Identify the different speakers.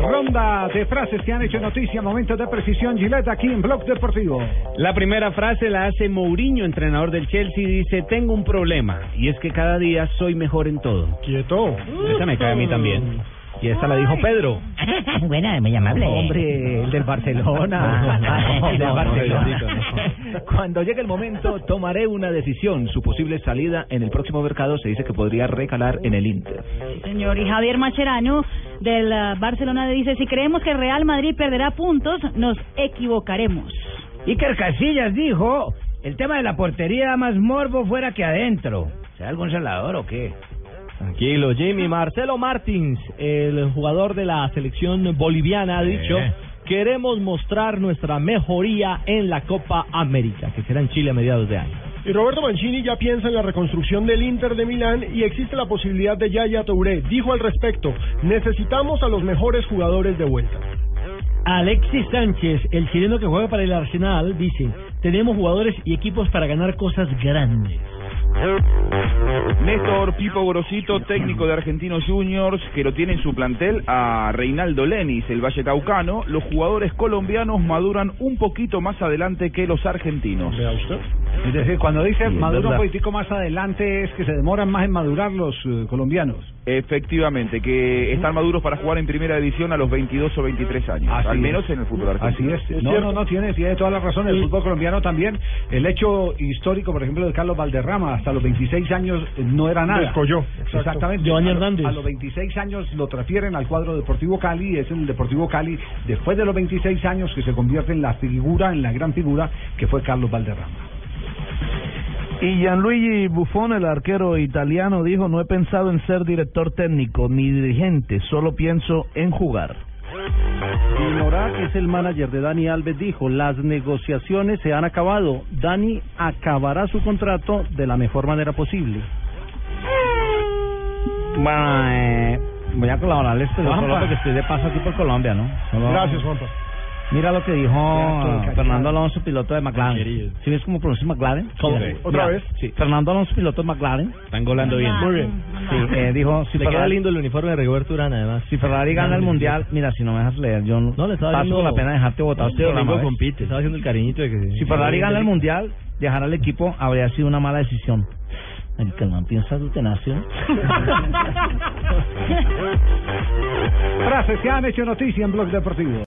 Speaker 1: Ronda de frases que han hecho noticia, momentos de precisión, Gillette, aquí en Blog Deportivo.
Speaker 2: La primera frase la hace Mourinho, entrenador del Chelsea, dice, tengo un problema, y es que cada día soy mejor en todo.
Speaker 1: Quieto.
Speaker 2: Esa me cae a mí también. Y esa la dijo Pedro.
Speaker 3: Buena, muy amable.
Speaker 4: Hombre, el del Barcelona.
Speaker 3: Ah,
Speaker 4: El del
Speaker 3: no, no,
Speaker 4: Barcelona. Cuando llegue el momento, tomaré una decisión. Su posible salida en el próximo mercado se dice que podría recalar en el Inter.
Speaker 5: Sí, señor. Y Javier Macherano del ah, Barcelona dice, si creemos que el Real Madrid perderá puntos, nos equivocaremos.
Speaker 3: Iker Casillas dijo, el tema de la portería da más morbo fuera que adentro. ¿Será algún salador o qué?
Speaker 6: Tranquilo, Jimmy. Marcelo Martins, el jugador de la selección boliviana, ha dicho: Queremos mostrar nuestra mejoría en la Copa América, que será en Chile a mediados de año.
Speaker 7: Y Roberto Mancini ya piensa en la reconstrucción del Inter de Milán y existe la posibilidad de Yaya Touré. Dijo al respecto, necesitamos a los mejores jugadores de vuelta.
Speaker 6: Alexis Sánchez, el chileno que juega para el Arsenal, dice: Tenemos jugadores y equipos para ganar cosas grandes.
Speaker 8: Néstor Pipo Gorosito, técnico de Argentinos Juniors, que lo tiene en su plantel a Reinaldo Lenis, el vallecaucano. Los jugadores colombianos maduran un poquito más adelante que los argentinos.
Speaker 1: Es decir, cuando dice
Speaker 2: es
Speaker 1: madura un
Speaker 2: verdad.
Speaker 1: político más adelante es que se demoran más en madurar los eh, colombianos.
Speaker 8: Efectivamente, que están maduros para jugar en primera división a los 22 o 23 años,
Speaker 1: Así
Speaker 8: al menos
Speaker 1: es.
Speaker 8: en el fútbol
Speaker 1: Así
Speaker 8: argentino.
Speaker 1: es. No, no, no, tiene, tiene toda la razón. El fútbol colombiano también. El hecho histórico, por ejemplo, de Carlos Valderrama, hasta los 26 años eh, no era nada.
Speaker 7: Descolló, exacto.
Speaker 1: Exactamente.
Speaker 6: Giovanni
Speaker 1: A lo-
Speaker 6: Hernández.
Speaker 1: A los 26 años lo transfieren al cuadro Deportivo Cali. Es el Deportivo Cali, después de los 26 años, que se convierte en la figura, en la gran figura, que fue Carlos Valderrama.
Speaker 9: Y Gianluigi Buffon, el arquero italiano, dijo, no he pensado en ser director técnico ni dirigente, solo pienso en jugar. Y Morá, que es el manager de Dani Alves, dijo, las negociaciones se han acabado, Dani acabará su contrato de la mejor manera posible.
Speaker 3: Bueno, eh, voy a colaborarles, pero
Speaker 1: Juanpa.
Speaker 3: solo porque estoy de paso aquí por Colombia, ¿no? Solo-
Speaker 7: Gracias, Juanpa.
Speaker 3: Mira lo que dijo
Speaker 1: Ya, todo callado.
Speaker 3: Fernando Alonso, piloto de McLaren. ¿Sí ves cómo pronuncia McLaren?
Speaker 6: ¿Cómo?
Speaker 3: Mira,
Speaker 7: ¿Otra
Speaker 3: mira,
Speaker 7: vez?
Speaker 3: Sí. Fernando Alonso, piloto de McLaren.
Speaker 2: Están golando bien.
Speaker 6: Muy bien.
Speaker 3: Sí, eh, dijo, si
Speaker 6: Le queda
Speaker 3: Ferrari-
Speaker 6: lindo el uniforme de Rigoberto Urán, además.
Speaker 3: Si Ferrari gana el mundial, mira, si no me dejas leer, yo no,
Speaker 6: No, le estaba
Speaker 3: paso
Speaker 6: haciendo-
Speaker 3: por la pena dejarte votar.
Speaker 6: Este domingo compite, estaba haciendo el cariñito de que...
Speaker 3: ¿eh? Si Ferrari gana el mundial, dejar al equipo habría sido una mala decisión. El que no piensa tu tenacio.
Speaker 6: eh.
Speaker 1: Frases que han hecho noticia en Blog Deportivo.